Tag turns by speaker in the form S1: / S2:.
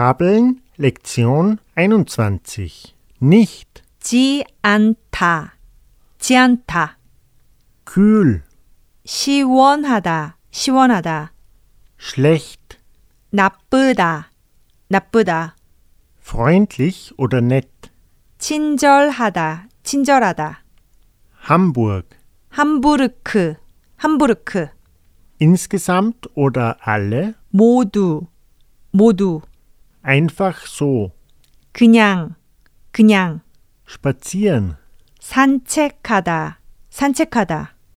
S1: Vokabeln Lektion 21 Nicht
S2: 지 않다, 지 않다,
S1: kühl,
S2: 시원하다, 시원하다,
S1: schlecht,
S2: 나쁘다, 나쁘다,
S1: freundlich oder nett,
S2: 친절하다, 친절하다,
S1: Hamburg,
S2: 함부르크, 함부르크,
S1: insgesamt oder alle,
S2: 모두, 모두,
S1: einfach so,
S2: 그냥, 그냥,
S1: spazieren.
S2: 산책하다, 산책하다.